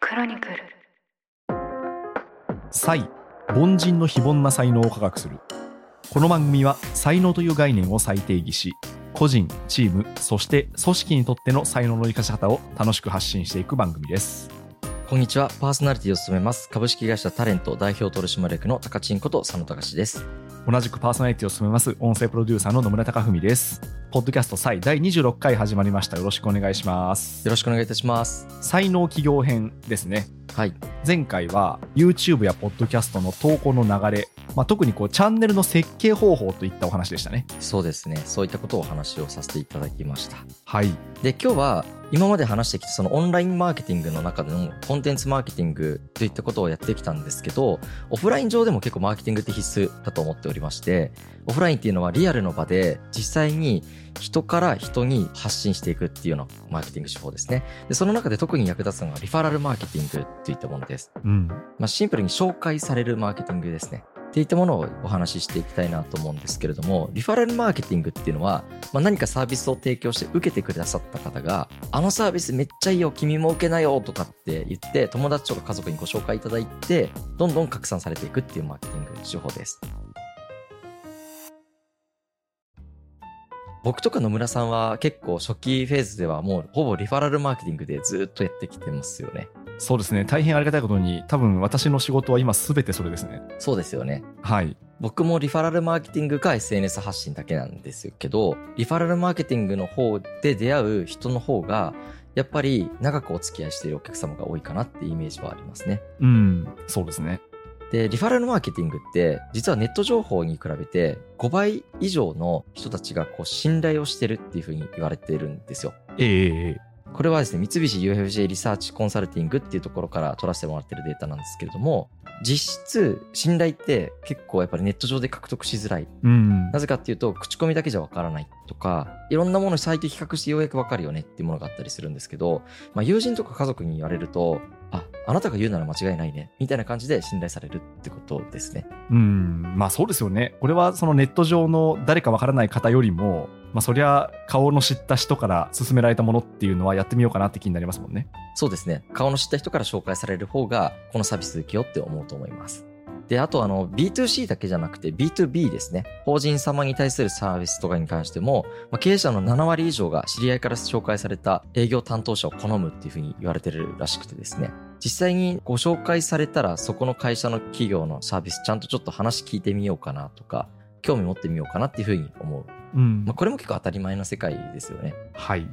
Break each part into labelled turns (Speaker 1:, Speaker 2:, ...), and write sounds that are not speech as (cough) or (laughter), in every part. Speaker 1: クロニクル
Speaker 2: 才凡人の非凡な才能を科学するこの番組は才能という概念を再定義し個人チームそして組織にとっての才能の生かし方を楽しく発信していく番組です
Speaker 3: こんにちは。パーソナリティを務めます。株式会社タレント代表取締役の高知んこと佐野隆です。
Speaker 2: 同じくパーソナリティを務めます音声プロデューサーの野村貴文ですポッドキャスト才第26回始まりましたよろしくお願いします
Speaker 3: よろしくお願いいたします。
Speaker 2: 才能起業編ですね
Speaker 3: はい。
Speaker 2: 前回は YouTube やポッドキャストの投稿の流れ、まあ、特にこうチャンネルの設計方法といったお話でしたね
Speaker 3: そうですね。そういったことをお話をさせていただきました。
Speaker 2: はい
Speaker 3: で、今日は今まで話してきたそのオンラインマーケティングの中でのコンテンツマーケティングといったことをやってきたんですけど、オフライン上でも結構マーケティングって必須だと思っておりまして、オフラインっていうのはリアルの場で実際に人から人に発信していくっていうようなマーケティング手法ですね。で、その中で特に役立つのがリファラルマーケティングといったものです。
Speaker 2: うん
Speaker 3: まあ、シンプルに紹介されるマーケティングですね。っていったものをお話ししていきたいなと思うんですけれども、リファラルマーケティングっていうのは、まあ、何かサービスを提供して受けてくださった方が、あのサービスめっちゃいいよ、君も受けなよとかって言って、友達とか家族にご紹介いただいて、どんどん拡散されていくっていうマーケティング手法です。僕とか野村さんは結構初期フェーズではもうほぼリファラルマーケティングでずっとやってきてますよね。
Speaker 2: そうですね大変ありがたいことに多分私の仕事は今全てそれですね
Speaker 3: そうですよね。
Speaker 2: はい
Speaker 3: 僕もリファラルマーケティングか SNS 発信だけなんですけど、リファラルマーケティングの方で出会う人の方が、やっぱり長くお付き合いしているお客様が多いかなってイメージはありますね。
Speaker 2: うんそうですね
Speaker 3: で、リファラルマーケティングって、実はネット情報に比べて5倍以上の人たちがこう信頼をしてるっていうふうに言われているんですよ。
Speaker 2: えええ
Speaker 3: これはですね、三菱 UFJ リサーチコンサルティングっていうところから取らせてもらってるデータなんですけれども、実質信頼って結構やっぱりネット上で獲得しづらい
Speaker 2: うん
Speaker 3: なぜかっていうと、口コミだけじゃわからないとか、いろんなものサイト比較してようやくわかるよねっていうものがあったりするんですけど、まあ、友人とか家族に言われると、あ、あなたが言うなら間違いないね、みたいな感じで信頼されるってことですね。
Speaker 2: うんまあそうですよねこれはそのネット上の誰かわからない方よりもまあそりゃ顔の知った人から勧められたものっていうのはやってみようかなって気になりますもんね
Speaker 3: そうですね。顔の知った人から紹介される方が、このサービス受けようって思うと思います。で、あとあの、B2C だけじゃなくて B2B ですね。法人様に対するサービスとかに関しても、まあ、経営者の7割以上が知り合いから紹介された営業担当者を好むっていうふうに言われてるらしくてですね。実際にご紹介されたら、そこの会社の企業のサービスちゃんとちょっと話聞いてみようかなとか、興味持ってみようかなっていうふうに思う。
Speaker 2: うん
Speaker 3: まあ、これも結構当たり前の世界ですよね。
Speaker 2: はい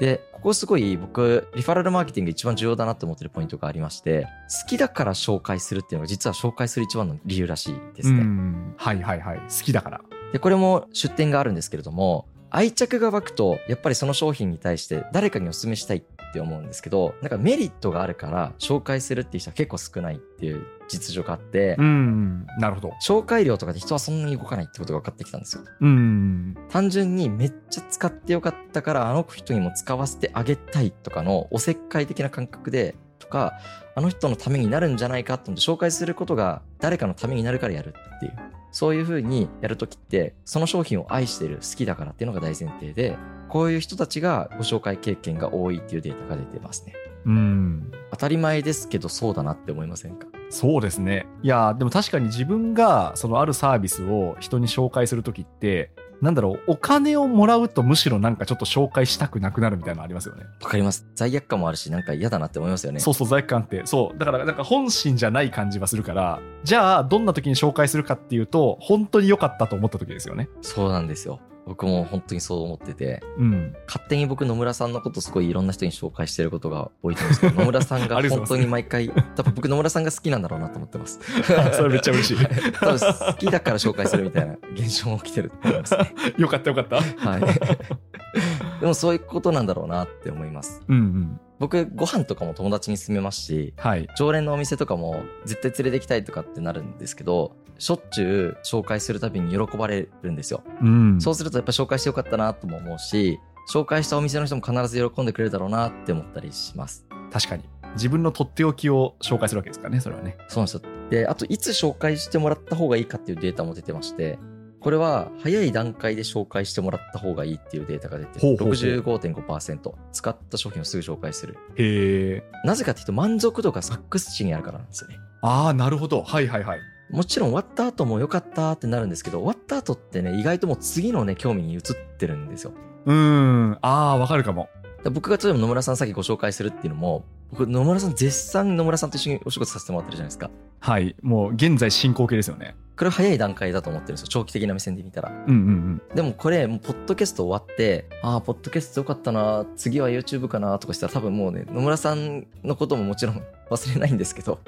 Speaker 3: で、ここすごい僕、リファラルマーケティング一番重要だなと思ってるポイントがありまして、好きだから紹介するっていうのが実は紹介する一番の理由らしいです
Speaker 2: う
Speaker 3: ね。
Speaker 2: んはいはいはい好きだから
Speaker 3: で、これも出店があるんですけれども、愛着が湧くと、やっぱりその商品に対して誰かにお勧めしたいって思うんですけど、なんかメリットがあるから紹介するっていう人は結構少ないっていう実情があって、
Speaker 2: うんなるほど
Speaker 3: 紹介料とかで人はそんなに動かないってことが分かってきたんですよ。
Speaker 2: うん
Speaker 3: 単純にめっちゃ使ってよかったからあの人にも使わせてあげたいとかのおせっかい的な感覚でとかあの人のためになるんじゃないかと思って紹介することが誰かのためになるからやるっていうそういう風にやるときってその商品を愛してる好きだからっていうのが大前提でこういう人たちがご紹介経験が多いっていうデータが出てますね
Speaker 2: うん
Speaker 3: 当たり前ですけどそうだなって思いませんか
Speaker 2: そうですね。いやー、でも確かに自分が、そのあるサービスを人に紹介するときって、なんだろう、お金をもらうとむしろなんかちょっと紹介したくなくなるみたいなのありますよね。
Speaker 3: わかります罪悪感もあるしなんか嫌だなって思いますよね
Speaker 2: そうそう、罪悪感って。そう。だからなんか本心じゃない感じはするから、じゃあどんな時に紹介するかっていうと、本当に良かったと思った時ですよね。
Speaker 3: そうなんですよ僕も本当にそう思ってて (laughs)
Speaker 2: うん。
Speaker 3: 勝手に僕野村さんのことすごいいろんな人に紹介してることが多いと思うんです
Speaker 2: (laughs)
Speaker 3: けど野村さんが
Speaker 2: ありがとう
Speaker 3: 本
Speaker 2: ござ
Speaker 3: 当
Speaker 2: います
Speaker 3: に毎回多分僕野村さんが好きなんだろうなと思って
Speaker 2: (laughs)
Speaker 3: ます
Speaker 2: それめっちゃ嬉しい。
Speaker 3: 多分好きだから紹介するみたいな現象も起きてると思います
Speaker 2: (laughs)
Speaker 3: ね
Speaker 2: 良かった良かった。
Speaker 3: はいでもそういうことなんだろうなって思います
Speaker 2: うんうん。
Speaker 3: 僕ご飯とかも友達に勧めますし
Speaker 2: はい。
Speaker 3: 常連のお店とかも絶対連れて行きたいとかってなるんですけどしょっちゅう紹介するたびに喜ばれるんですよ
Speaker 2: うん。
Speaker 3: そうするとやっぱ紹介してよかったなとも思うし、紹介したお店の人も必ず喜んでくれるだろうなって思ったりします。
Speaker 2: 確かに。自分のとっておきを紹介するわけですからね、それはね。
Speaker 3: そうなんですよ。で、あといつ紹介してもらった方がいいかっていうデータも出てまして、これは早い段階で紹介してもらった方がいいっていうデータが出て
Speaker 2: ほう
Speaker 3: る
Speaker 2: ほうほう
Speaker 3: 65.5%使った商品をすぐ紹介する
Speaker 2: へえ。
Speaker 3: なぜかっていうと満足度がマックス値にあるからなんですよね
Speaker 2: ああ、なるほど。はいはいはい。
Speaker 3: もちろん終わった後も良かったってなるんですけど終わった後ってね意外ともう次のね興味に移ってるんですよ
Speaker 2: うーん。ああ、わかるかも。
Speaker 3: だから僕が例えば野村さんさっきご紹介するっていうのも僕野村さん絶賛野村さんと一緒にお仕事させてもらってるじゃないですか
Speaker 2: はい。もう現在進行形ですよね。
Speaker 3: これ早い段階だと思ってるんですよ長期的な目線で見たら
Speaker 2: うんうんうん。
Speaker 3: でもこれもうポッドキャスト終わってああポッドキャストよかったな次は YouTube かなとかしたら多分もうね野村さんのことももちろん忘れないんですけど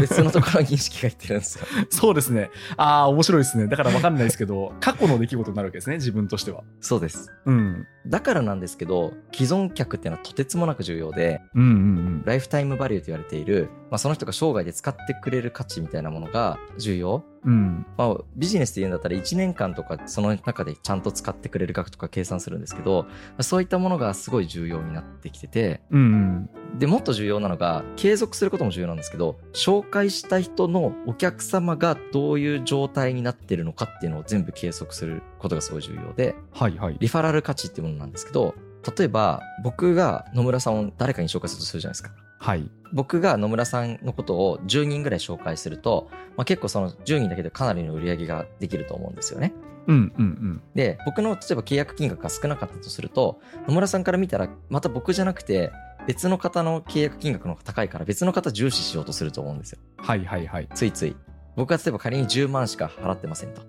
Speaker 3: 別のところに認識がいってるんですよ
Speaker 2: (laughs) そうですね。ああ、面白いですね。だからわかんないですけ
Speaker 3: (laughs)
Speaker 2: ど、過去の出来事になるわけですね、自分としては。
Speaker 3: そうです
Speaker 2: うん。
Speaker 3: だからなんですけど既存客っていうのはとてつもなく重要で
Speaker 2: うんうん
Speaker 3: ライフタイムバリューと言われている、まあ、その人が生涯で使ってくれる価値みたいなものが重要
Speaker 2: うん。うん。
Speaker 3: まあ、ビジネスで言うんだったら1年間とかその中でちゃんと使ってくれる額とか計算するんですけどそういったものがすごい重要になってきてて
Speaker 2: うんうん。
Speaker 3: でもっと重要なのが継続することも重要なんですけど紹介した人のお客様がどういう状態になってるのかっていうのを全部計測することがすごい重要で
Speaker 2: はいはい。
Speaker 3: リファラル価値っていうものなんですけど例えば僕が野村さんを誰かに紹介するとするじゃないですか。
Speaker 2: はい。
Speaker 3: 僕が野村さんのことを10人ぐらい紹介すると、まあ、結構その10人だけでかなりの売り上げができると思うんですよね。
Speaker 2: うんうんうん。
Speaker 3: で僕の例えば契約金額が少なかったとすると野村さんから見たらまた僕じゃなくて別の方の契約金額の方が高いから別の方重視しようとすると思うんですよ
Speaker 2: はいはいはい。
Speaker 3: ついつい僕が例えば仮に10万しか払ってませんと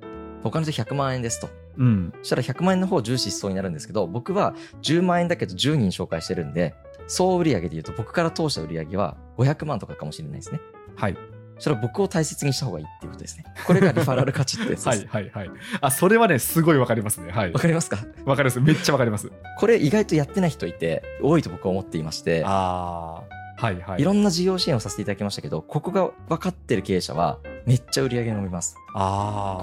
Speaker 3: 他の人100万円ですと
Speaker 2: うん。
Speaker 3: そしたら100万円の方を重視しそうになるんですけど僕は10万円だけど10人紹介してるんで総売上で言うと僕から通した売上は500万とかかもしれないですね
Speaker 2: はい。
Speaker 3: それは僕を大切にした方がいいっていうことですねこれがリファラル価値ってやつです、
Speaker 2: はいはいはい。あ、それはね、すごいわかりますね。はい
Speaker 3: わ。かりますか
Speaker 2: わかります。めっちゃわかります。
Speaker 3: これ意外とやってない人いて多いと僕は思っていまして
Speaker 2: ああ。はいはいい。
Speaker 3: ろんな事業支援をさせていただきましたけどここが分かってる経営者はめっちゃ売り上げが伸びます
Speaker 2: あ
Speaker 3: ここ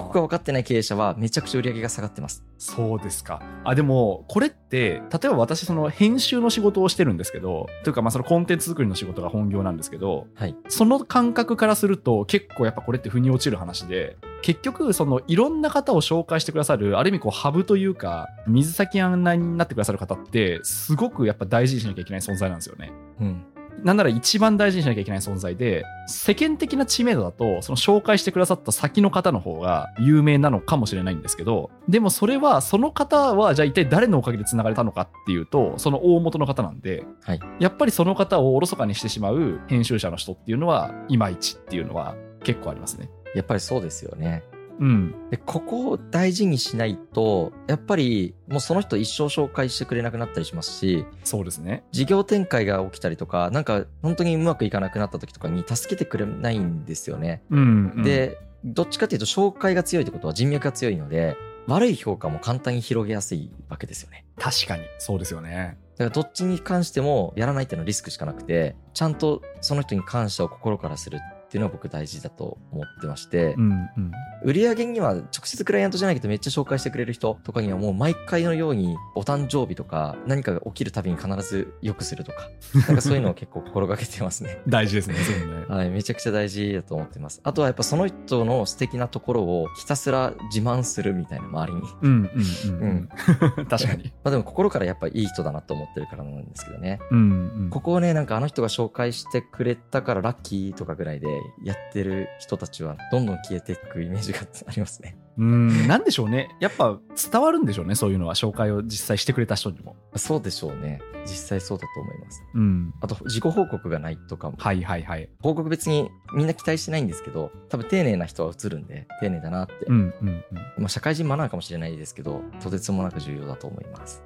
Speaker 2: あ。
Speaker 3: が分かってない経営者はめちゃくちゃ売り上げが下がってます
Speaker 2: そうですか。あ、でも、これって、例えば私、その編集の仕事をしてるんですけど、というか、まあ、そのコンテンツ作りの仕事が本業なんですけど、
Speaker 3: はい
Speaker 2: その感覚からすると結構やっぱこれって腑に落ちる話で結局そのいろんな方を紹介してくださるある意味こうハブというか水先案内になってくださる方ってすごくやっぱ大事にしなきゃいけない存在なんですよね。
Speaker 3: うん
Speaker 2: なんなら一番大事にしなきゃいけない存在で世間的な知名度だとその紹介してくださった先の方の方が有名なのかもしれないんですけどでもそれはその方はじゃあ一体誰のおかげでつながれたのかっていうとその大元の方なんで、
Speaker 3: はい
Speaker 2: やっぱりその方をおろそかにしてしまう編集者の人っていうのはいまいちっていうのは結構ありますね。
Speaker 3: やっぱりそうですよね
Speaker 2: うん、
Speaker 3: でここを大事にしないとやっぱりもうその人一生紹介してくれなくなったりしますし
Speaker 2: そうですね。
Speaker 3: 事業展開が起きたりとかなんか本当にうまくいかなくなった時とかに助けてくれないんですよね
Speaker 2: うん、うん、
Speaker 3: で、どっちかというと紹介が強いってことは人脈が強いので悪い評価も簡単に広げやすいわけですよね
Speaker 2: 確かにそうですよね。
Speaker 3: だからどっちに関してもやらないっていうのはリスクしかなくてちゃんとその人に感謝を心からするっていうのは僕大事だと思ってまして、
Speaker 2: うんうん、
Speaker 3: 売り上げには直接クライアントじゃないけどめっちゃ紹介してくれる人とかにはもう毎回のようにお誕生日とか何かが起きるたびに必ず良くするとかなんかそういうのを結構心がけてますね
Speaker 2: 大事ですね。そういうのね
Speaker 3: はい、めちゃくちゃ大事だと思ってます。あとはやっぱその人の素敵なところをひたすら自慢するみたいな周りに。ま
Speaker 2: (laughs) うんうんうん、 (laughs) うん、確かに。
Speaker 3: あでも心からやっぱいい人だなと思ってるからなんですけどね。
Speaker 2: うんうん、
Speaker 3: ここをね、なんかあの人が紹介してくれたからラッキーとかぐらいでやってる人たちはどんどん消えていくイメージがありますね。 (laughs)
Speaker 2: うん、なんでしょうね。やっぱ伝わるんでしょうね、そういうのは。紹介を実際してくれた人にも。
Speaker 3: そうでしょうね。実際そうだと思います。
Speaker 2: うん。
Speaker 3: あと自己報告がないとかも、
Speaker 2: はいはいはい。
Speaker 3: 報告別にみんな期待してないんですけど、多分丁寧な人は映るんで、丁寧だなって
Speaker 2: うんうんうん。
Speaker 3: まあ、社会人マナーかもしれないですけどとてつもなく重要だと思います。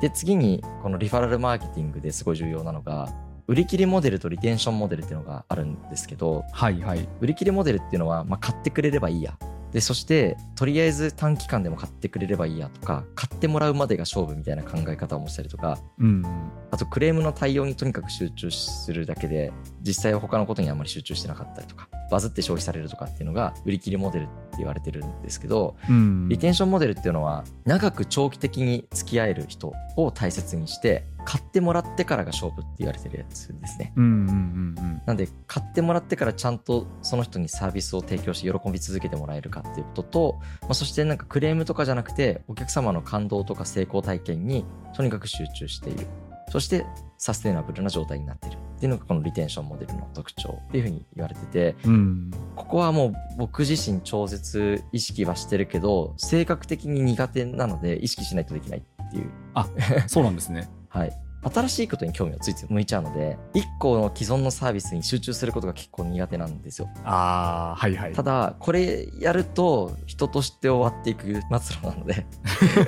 Speaker 3: で次にこのリファラルマーケティングですごい重要なのが売り切りモデルとリテンションモデルっていうのがあるんですけど
Speaker 2: はいはい。
Speaker 3: 売り切りモデルっていうのは、まあ、買ってくれればいいやでそしてとりあえず短期間でも買ってくれればいいやとか買ってもらうまでが勝負みたいな考え方を持したりとか
Speaker 2: うん
Speaker 3: あとクレームの対応にとにかく集中するだけで実際は他のことにあんまり集中してなかったりとかバズって消費されるとかっていうのが売り切りモデルって言われてるんですけど、
Speaker 2: うん
Speaker 3: リテンションモデルっていうのは長く長期的に付き合える人を大切にして買ってもらってからが勝負って言われてるやつですね。
Speaker 2: うんうんうん
Speaker 3: なんで買ってもらってからちゃんとその人にサービスを提供して喜び続けてもらえるかっていうことと、まあ、そしてなんかクレームとかじゃなくてお客様の感動とか成功体験にとにかく集中しているそしてサステナブルな状態になっているっていうのがこのリテンションモデルの特徴っていうふうに言われてて
Speaker 2: うんうん
Speaker 3: ここはもう僕自身超絶意識はしてるけど性格的に苦手なので意識しないとできないっていう
Speaker 2: そうなんですね。
Speaker 3: はい、新しいことに興味をついて向いちゃうので1個の既存のサービスに集中することが結構苦手なんですよ
Speaker 2: ああ、はいはい。
Speaker 3: ただこれやると人として終わっていく末路なので (laughs)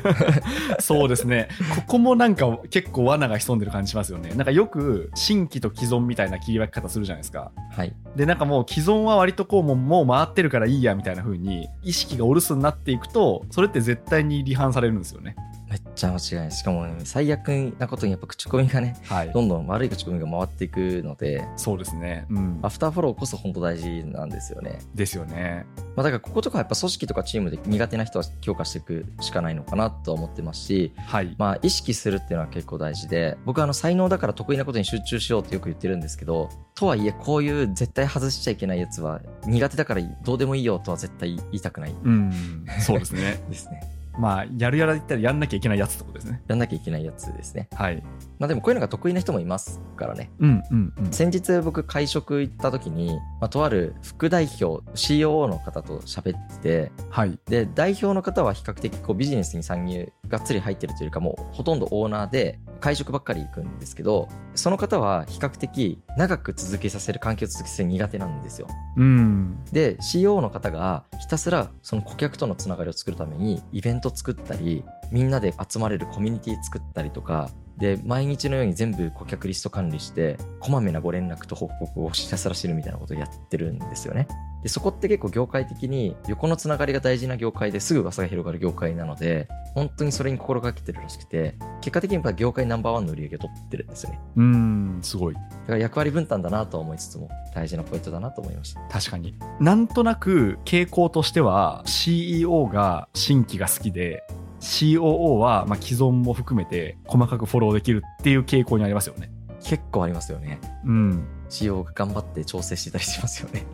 Speaker 2: そうですね。ここもなんか結構罠が潜んでる感じしますよね。なんかよく新規と既存みたいな切り分け方するじゃないですか。
Speaker 3: はい
Speaker 2: で、なんかもう既存は割とこうもうもう回ってるからいいやみたいな風に意識がお留守になっていくと、それって絶対に離反されるんですよね。
Speaker 3: めっちゃ間違いないしかも、ね、最悪なことにやっぱ口コミがね (laughs)
Speaker 2: はい
Speaker 3: ど。んどん悪い口コミが回っていくので
Speaker 2: そうですね。うん
Speaker 3: ア。フターフォローこそ本当大事なんですよね、
Speaker 2: ですよね。
Speaker 3: まあ、だからこことかやっぱ組織とかチームで苦手な人は強化していくしかないのかなとは思ってますし
Speaker 2: はい。
Speaker 3: まあ、意識するっていうのは結構大事で僕はあの才能だから得意なことに集中しようってよく言ってるんですけどとはいえこういう絶対外しちゃいけないやつは苦手だからどうでもいいよとは絶対言いたくない
Speaker 2: うん。そうですね。
Speaker 3: ですね
Speaker 2: (laughs) まあ、やるやら言ったらやんなきゃいけないやつってことですね。
Speaker 3: やんなきゃいけないやつですね
Speaker 2: はい。
Speaker 3: まあでもこういうのが得意な人もいますからね
Speaker 2: うんうんうん。
Speaker 3: 先日僕会食行った時に、まあ、とある副代表 COO の方と喋ってて
Speaker 2: はい。
Speaker 3: で代表の方は比較的こうビジネスに参入がっつり入ってるというよりかもうほとんどオーナーで会食ばっかり行くんですけどその方は比較的長く続けさせる環境を続けさせる苦手なんですよ
Speaker 2: うん。
Speaker 3: で CEO の方がひたすらその顧客とのつながりを作るためにイベント作ったりみんなで集まれるコミュニティ作ったりとかで毎日のように全部顧客リスト管理してこまめなご連絡と報告をひたすらしてるみたいなことをやってるんですよねでそこって結構業界的に横のつながりが大事な業界ですぐ噂が広がる業界なので本当にそれに心がけてるらしくて結果的にやっぱ業界ナンバーワンの売り上げを取ってるんですよね
Speaker 2: うん。すごい。
Speaker 3: だから役割分担だなとは思いつつも大事なポイントだなと思いました
Speaker 2: 確かになんとなく傾向としては CEO が新規が好きで COO はまあ既存も含めて細かくフォローできるっていう傾向にありますよね。
Speaker 3: 結構ありますよね
Speaker 2: (laughs) うん、
Speaker 3: 仕様が頑張って調整してたりしますよね。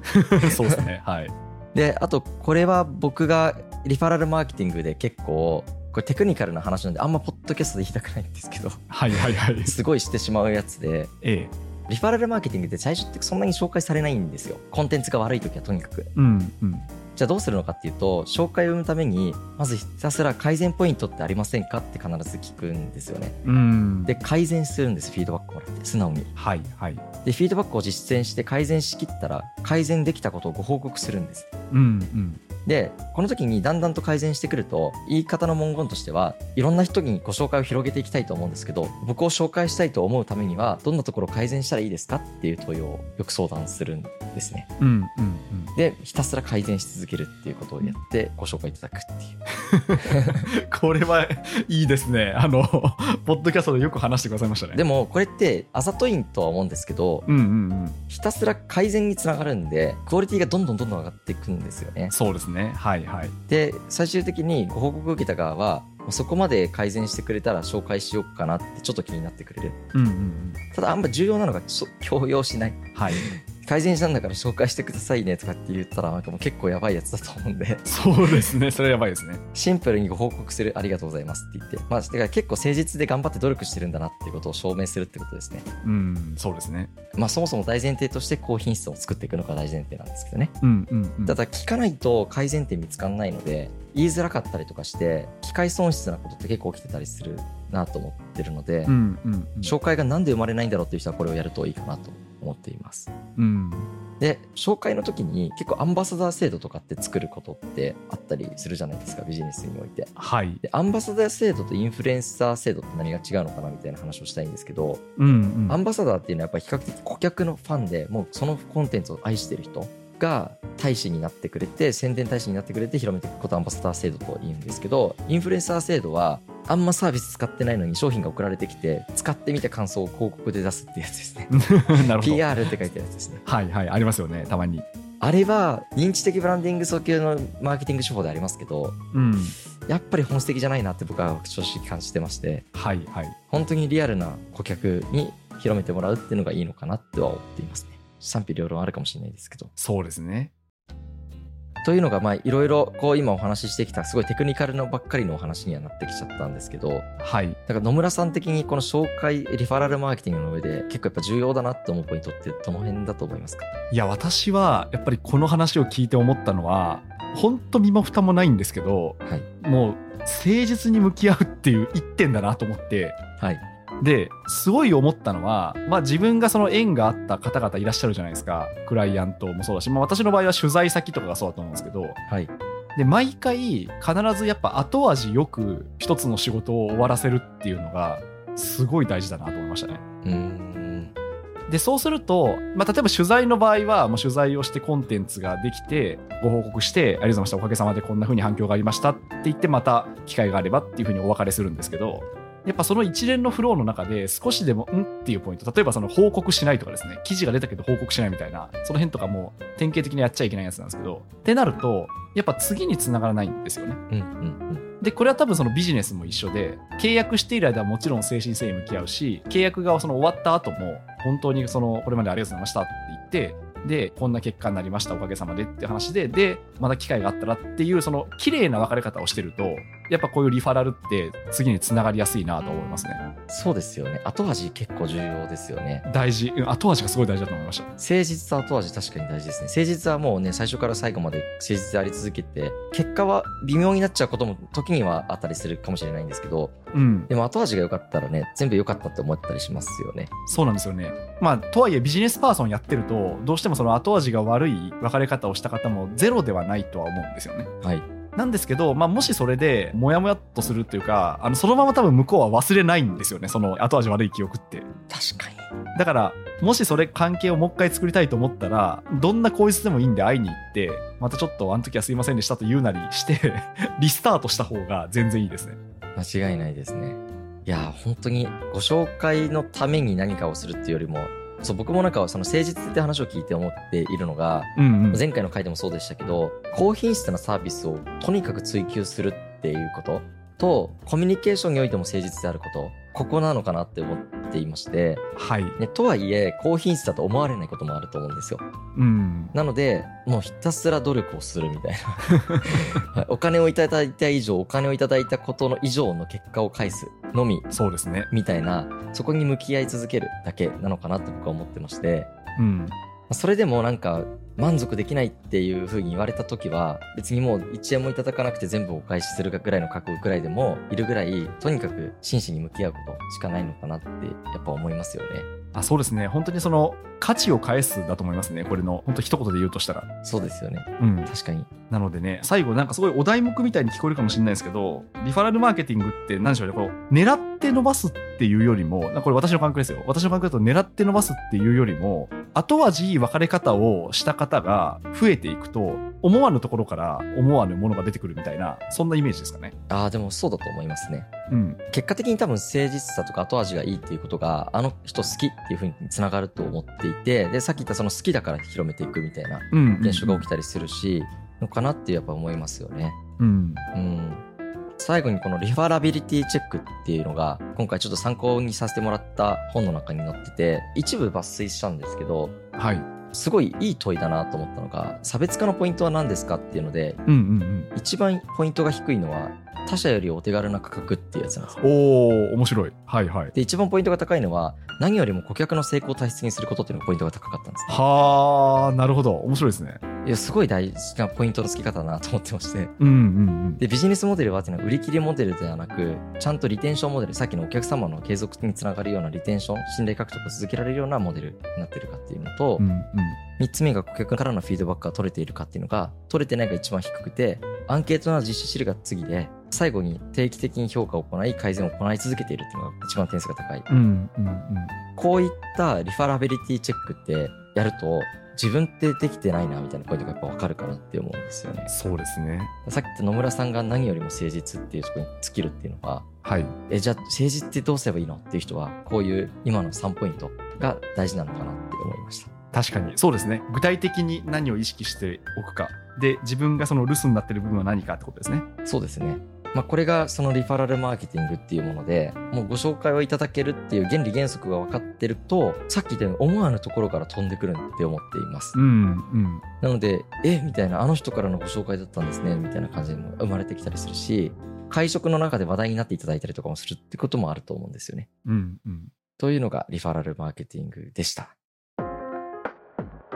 Speaker 2: そうですね。はい。
Speaker 3: であとこれは僕がリファラルマーケティングで結構これテクニカルな話なんであんまポッドキャストで言いたくないんですけど (laughs)
Speaker 2: はいはい (laughs) はい。
Speaker 3: すごいしてしまうやつで
Speaker 2: ええ。
Speaker 3: リファラルマーケティングって最初ってそんなに紹介されないんですよコンテンツが悪い時はとにかく
Speaker 2: うんうん。
Speaker 3: じゃあどうするのかっていうと紹介を生むためにまずひたすら改善ポイントってありませんかって必ず聞くんですよね
Speaker 2: うん。
Speaker 3: で改善するんですフィードバックもらって素直に
Speaker 2: はいはい。
Speaker 3: でフィードバックを実践して改善しきったら改善できたことをご報告するんです
Speaker 2: うんうん。
Speaker 3: でこの時にだんだんと改善してくると言い方の文言としてはいろんな人にご紹介を広げていきたいと思うんですけど僕を紹介したいと思うためにはどんなところを改善したらいいですかっていう問いをよく相談するんですね
Speaker 2: うんうんうん。
Speaker 3: でひたすら改善し続けるっていうことをやってご紹介いただくっていう
Speaker 2: これはいいですね。 (laughs) あの、ポッドキャストでよく話してくださいましたね。
Speaker 3: でもこれってあざといんとは思うんですけど
Speaker 2: うんうんうん。
Speaker 3: ひたすら改善につながるんでクオリティがどんどんどんどん上がっていくんですよね
Speaker 2: そうですね。はいはい。
Speaker 3: で最終的にご報告を受けた側はそこまで改善してくれたら紹介しようかなってちょっと気になってくれる
Speaker 2: うんうんうん。
Speaker 3: ただあんま重要なのがそ強要しない
Speaker 2: はい。
Speaker 3: 改善したんだから紹介してくださいねとかって言ったらなんかもう結構やばいやつだと思うんで (laughs)
Speaker 2: そうですね。それやばいですね。
Speaker 3: シンプルにご報告するありがとうございますって言ってまあだから結構誠実で頑張って努力してるんだなっていうことを証明するってことですね
Speaker 2: うん、そうですね。
Speaker 3: まあそもそも大前提として高品質を作っていくのが大前提なんですけどね
Speaker 2: うんうん、うん。
Speaker 3: ただ聞かないと改善点見つかんないので言いづらかったりとかして機械損失なことって結構起きてたりするなと思ってるので、
Speaker 2: うんうんうん
Speaker 3: 紹介がなんで生まれないんだろうっていう人はこれをやるといいかなと思っています
Speaker 2: うん
Speaker 3: で紹介の時に結構アンバサダー制度とかって作ることってあったりするじゃないですかビジネスにおいて
Speaker 2: はい。
Speaker 3: でアンバサダー制度とインフルエンサー制度って何が違うのかなみたいな話をしたいんですけど、
Speaker 2: うんうん (laughs)
Speaker 3: アンバサダーっていうのはやっぱり比較的顧客のファンでもうそのコンテンツを愛してる人が大使になってくれて宣伝大使になってくれて広めていくことをアンバサダー制度と言うんですけどインフルエンサー制度はあんまサービス使ってないのに商品が送られてきて使ってみた感想を広告で出すってやつですね
Speaker 2: なるほど。
Speaker 3: PR って書いてあるやつですね
Speaker 2: はいはい、ありますよね、たまに。
Speaker 3: あれは認知的ブランディング訴求のマーケティング手法でありますけど
Speaker 2: うん。
Speaker 3: やっぱり本質的じゃないなって僕は正直感じてまして
Speaker 2: はいはい。
Speaker 3: 本当にリアルな顧客に広めてもらうっていうのがいいのかなっては思っていますね賛否両論あるかもしれないですけど
Speaker 2: そうですね。
Speaker 3: というのがまあいろいろこう今お話ししてきたすごいテクニカルのばっかりのお話にはなってきちゃったんですけど
Speaker 2: はい。
Speaker 3: だから野村さん的にこの紹介リファラルマーケティングの上で結構やっぱ重要だなって思うポイントってどの辺だと思いますか
Speaker 2: いや、私はやっぱりこの話を聞いて思ったのは、本当身も蓋もないんですけど、
Speaker 3: はい
Speaker 2: もう誠実に向き合うっていう一点だなと思って、
Speaker 3: はい
Speaker 2: ですごい思ったのは、まあ、自分がその縁があった方々いらっしゃるじゃないですかクライアントもそうだし、まあ、私の場合は取材先とかがそうだと思うんですけど
Speaker 3: はい
Speaker 2: で毎回必ずやっぱ後味よく一つの仕事を終わらせるっていうのがすごい大事だなと思いましたね。
Speaker 3: うーん
Speaker 2: でそうすると、まあ、例えば取材の場合はもう取材をしてコンテンツができてご報告してありがとうございましたおかげさまでこんな風に反響がありましたって言ってまた機会があればっていう風にお別れするんですけどやっぱその一連のフローの中で少しでもんっていうポイント例えばその報告しないとかですね記事が出たけど報告しないみたいなその辺とかもう典型的にやっちゃいけないやつなんですけどってなるとやっぱ次に繋がらないんですよね。
Speaker 3: うんうん
Speaker 2: でこれは多分そのビジネスも一緒で契約している間はもちろん精神性に向き合うし契約がその終わった後も本当にそのこれまでありがとうございましたって言ってでこんな結果になりましたおかげさまでって話ででまた機会があったらっていうその綺麗な別れ方をしてるとやっぱこういうリファラルって次につながりやすいなと思いますね
Speaker 3: うんそうですよね後味結構重要ですよね
Speaker 2: 大事うん後味がすごい大事だと思いました
Speaker 3: 誠実と後味確かに大事ですね誠実はもうね最初から最後まで誠実であり続けて結果は微妙になっちゃうことも時にはあったりするかもしれないんですけど
Speaker 2: うん
Speaker 3: でも後味が良かったらね全部良かったって思ったりしますよね
Speaker 2: そうなんですよね。まあ、とはいえビジネスパーソンやってるとどうしてもその後味が悪い別れ方をした方もゼロではないとは思うんですよね。
Speaker 3: はい
Speaker 2: なんですけど、まあ、もしそれでモヤモヤっとするというかあのそのまま多分向こうは忘れないんですよねその後味悪い記憶って
Speaker 3: 確かに
Speaker 2: だからもしそれ関係をもう一回作りたいと思ったらどんなこいつでもいいんで会いに行ってまたちょっとあの時はすいませんでしたと言うなりして (laughs) リスタートした方が全然いいですね
Speaker 3: 間違いないですねいやー本当にご紹介のために何かをするっていうよりもそう僕もなんかその誠実って話を聞いて思っているのが
Speaker 2: うんうん
Speaker 3: 前回の回でもそうでしたけど高品質なサービスをとにかく追求するっていうこととコミュニケーションにおいても誠実であることここなのかなって思っていまして、
Speaker 2: はい
Speaker 3: ね、とはいえ高品質だと思われないこともあると思うんですよ
Speaker 2: うん
Speaker 3: なのでもうひたすら努力をする
Speaker 2: (laughs)
Speaker 3: みたいなはいお金をいただいた以上お金をいただいたことの以上の結果を返すのみ
Speaker 2: そうですね
Speaker 3: みたいなそこに向き合い続けるだけなのかなって僕は思ってまして
Speaker 2: うん
Speaker 3: まあそれでもなんか満足できないっていう風に言われた時は別にもう1円もいただかなくて全部お返しするぐらいの覚悟ぐらいでもいるぐらいとにかく真摯に向き合うことしかないのかなってやっぱ思いますよね
Speaker 2: あそうですね本当にその価値を返すだと思いますねこれの本当一言で言うとしたら
Speaker 3: そうですよね
Speaker 2: うん
Speaker 3: 確かに
Speaker 2: なのでね、最後なんかすごいお題目みたいに聞こえるかもしれないですけど、リファラルマーケティングって何でしょうね、こう、狙って伸ばすっていうよりも、なんかこれ私の感覚ですよ。私の感覚だと狙って伸ばすっていうよりも、後味いい別れ方をした方が増えていくと、思わぬところから思わぬものが出てくるみたいな、そんなイメージですかね。
Speaker 3: ああでもそうだと思いますね
Speaker 2: うん。
Speaker 3: 結果的に多分誠実さとか後味がいいっていうことがあの人好きっていう風につながると思っていてでさっき言ったその好きだから広めていくみたいな
Speaker 2: うん。
Speaker 3: 現象が起きたりするしのかなってやっぱ思いますよね。
Speaker 2: うん。
Speaker 3: うん最後にこのリファラビリティチェックっていうのが今回ちょっと参考にさせてもらった本の中に載ってて一部抜粋したんですけど
Speaker 2: はい。
Speaker 3: すごいいい問いだなと思ったのが差別化のポイントは何ですかっていうので
Speaker 2: うんうん
Speaker 3: 一番ポイントが低いのは他社よりお手軽な価格っていうやつなんですよ
Speaker 2: うん。おー、面白い。はいはい。
Speaker 3: で一番ポイントが高いのは何よりも顧客の成功を大切にすることっていうのがポイントが高かったんですね
Speaker 2: はー、なるほど。面白いですね。
Speaker 3: いやすごい大事なポイントの付け方だなと思ってまして
Speaker 2: うんうん
Speaker 3: でビジネスモデルはっていうのは売り切りモデルではなくちゃんとリテンションモデルさっきのお客様の継続につながるようなリテンション信頼獲得を続けられるようなモデルになってるかっていうのと、
Speaker 2: うん。うんうん。
Speaker 3: 3つ目が顧客からのフィードバックが取れているかっていうのが取れてないが一番低くてアンケートなど実施資料が次で最後に定期的に評価を行い改善を行い続けているっていうのが一番点数が高い
Speaker 2: うんうんうん。
Speaker 3: こういったリファラビリティチェックってやると自分ってできてないなみたいなポイントがやっぱ分かるかなって思うんですよね。
Speaker 2: そうですね。
Speaker 3: さっき言った野村さんが何よりも誠実っていうところに尽きるっていうのが
Speaker 2: はい。
Speaker 3: えじゃあ誠実ってどうすればいいのっていう人はこういう今の3ポイントが大事なのかなって思いました。
Speaker 2: 確かにそうですね具体的に何を意識しておくかで自分がその留守になってる部分は何かってことですね
Speaker 3: そうですね。まあ、これがそのリファラルマーケティングっていうもので、もうご紹介をいただけるっていう原理原則が分かってると、さっき言ったように思わぬところから飛んでくるって思っています。
Speaker 2: うんうん
Speaker 3: なので、えみたいな、あの人からのご紹介だったんですね、みたいな感じでも生まれてきたりするし、会食の中で話題になっていただいたりとかもするってこともあると思うんですよね。
Speaker 2: うんうん
Speaker 3: というのがリファラルマーケティングでした。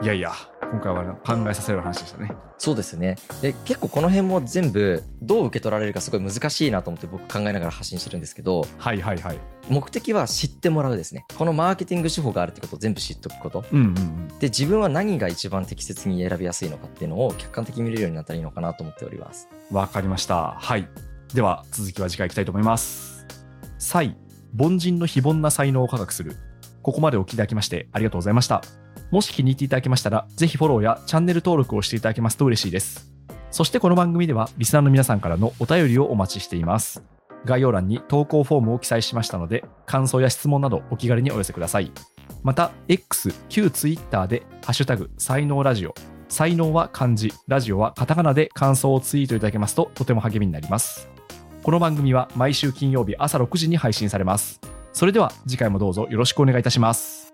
Speaker 2: いやいや今回は考えさせる話でしたね
Speaker 3: そうですね。で、結構この辺も全部どう受け取られるかすごい難しいなと思って僕考えながら発信してるんですけど、
Speaker 2: はいはいはい
Speaker 3: 目的は知ってもらうですねこのマーケティング手法があるってことを全部知っとくこと
Speaker 2: うんうんうん
Speaker 3: で自分は何が一番適切に選びやすいのかっていうのを客観的に見れるようになったらいいのかなと思っております
Speaker 2: わかりました。はい。では、続きは次回いきたいと思います。サイ、凡人の非凡な才能を科学する。ここまでお聞きいただきましてありがとうございました。もし気に入っていただけましたら、ぜひフォローやチャンネル登録をしていただけますと嬉しいです。そしてこの番組では、リスナーの皆さんからのお便りをお待ちしています。概要欄に投稿フォームを記載しましたので、感想や質問などお気軽にお寄せください。また、X、旧 Twitter で、ハッシュタグ、才能ラジオ、才能は漢字、ラジオはカタカナで感想をツイートいただけますととても励みになります。この番組は毎週金曜日朝6時に配信されます。それでは次回もどうぞよろしくお願いいたします。